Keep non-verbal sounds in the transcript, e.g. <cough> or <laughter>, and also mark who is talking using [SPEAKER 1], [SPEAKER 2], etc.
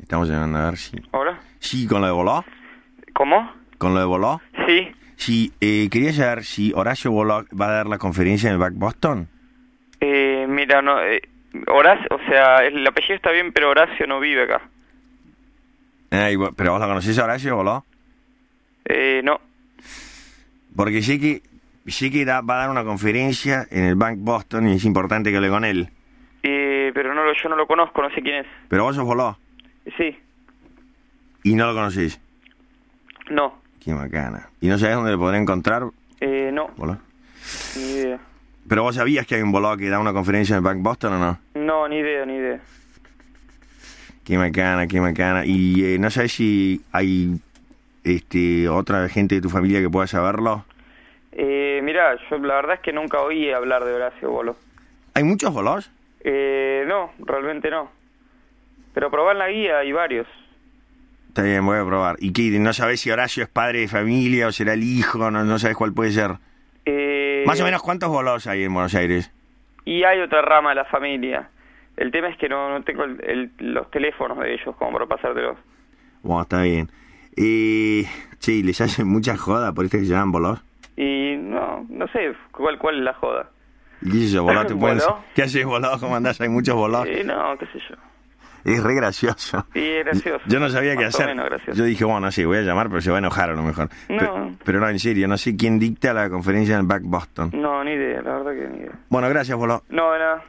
[SPEAKER 1] Estamos llegando a ver si...
[SPEAKER 2] Hola.
[SPEAKER 1] Sí, con lo de Boló.
[SPEAKER 2] ¿Cómo?
[SPEAKER 1] Con lo de Boló.
[SPEAKER 2] Sí.
[SPEAKER 1] Sí, eh, quería saber si Horacio Boló va a dar la conferencia en el Back Boston.
[SPEAKER 2] Eh, mira, no, eh, Horacio, o sea, el apellido está bien, pero Horacio no vive acá.
[SPEAKER 1] Ay, Eh, bu- ¿Pero vos lo conocés a Horacio Boló?
[SPEAKER 2] Eh, no.
[SPEAKER 1] Porque sé que, sé que da- va a dar una conferencia en el Back Boston y es importante que hable con él.
[SPEAKER 2] Eh, pero no lo, yo no lo conozco, no sé quién es.
[SPEAKER 1] Pero vos sos Boló
[SPEAKER 2] Sí.
[SPEAKER 1] y no lo conocés.
[SPEAKER 2] No.
[SPEAKER 1] Qué bacana. ¿Y no sabés dónde lo podré encontrar,
[SPEAKER 2] Eh, no.
[SPEAKER 1] Boló?
[SPEAKER 2] Ni idea.
[SPEAKER 1] ¿Pero vos sabías que hay un Boló que da una conferencia en el Back Boston o no?
[SPEAKER 2] No, ni idea, ni idea.
[SPEAKER 1] Qué macana, qué macana. Y eh, no sabes si hay este, otra gente de tu familia que pueda saberlo.
[SPEAKER 2] Eh, mira, yo la verdad es que nunca oí hablar de Horacio Bolo.
[SPEAKER 1] ¿Hay muchos bolos?
[SPEAKER 2] Eh, no, realmente no. Pero probá en la guía, hay varios.
[SPEAKER 1] Está bien, voy a probar. ¿Y qué? ¿No sabes si Horacio es padre de familia o será el hijo? No, no sabes cuál puede ser.
[SPEAKER 2] Eh,
[SPEAKER 1] Más o menos, ¿cuántos bolos hay en Buenos Aires?
[SPEAKER 2] Y hay otra rama de la familia. El tema es que no, no tengo el- el- los teléfonos de ellos como para pasártelos.
[SPEAKER 1] Bueno, está bien. Eh, sí, les hacen mucha joda por esto que se llaman bolos.
[SPEAKER 2] Y no, no sé cuál, cuál es la joda.
[SPEAKER 1] ¿Y qué es eso,
[SPEAKER 2] <laughs>
[SPEAKER 1] boló? ¿Te pueden-
[SPEAKER 2] ¿Boló?
[SPEAKER 1] ¿Qué haces, boló? ¿Cómo andás? Hay muchos bolos.
[SPEAKER 2] Eh, no, qué sé yo.
[SPEAKER 1] Es re gracioso.
[SPEAKER 2] Y es gracioso.
[SPEAKER 1] Yo no sabía qué
[SPEAKER 2] Más o
[SPEAKER 1] hacer.
[SPEAKER 2] menos gracioso.
[SPEAKER 1] Yo dije, bueno, sí, voy a llamar, pero se va a enojar a lo mejor. Pe-
[SPEAKER 2] No.
[SPEAKER 1] Pero, no, en serio, no sé quién dicta la conferencia en el Back Boston.
[SPEAKER 2] No, ni idea, la verdad que ni idea.
[SPEAKER 1] Bueno, gracias, Boló.
[SPEAKER 2] No, de nada.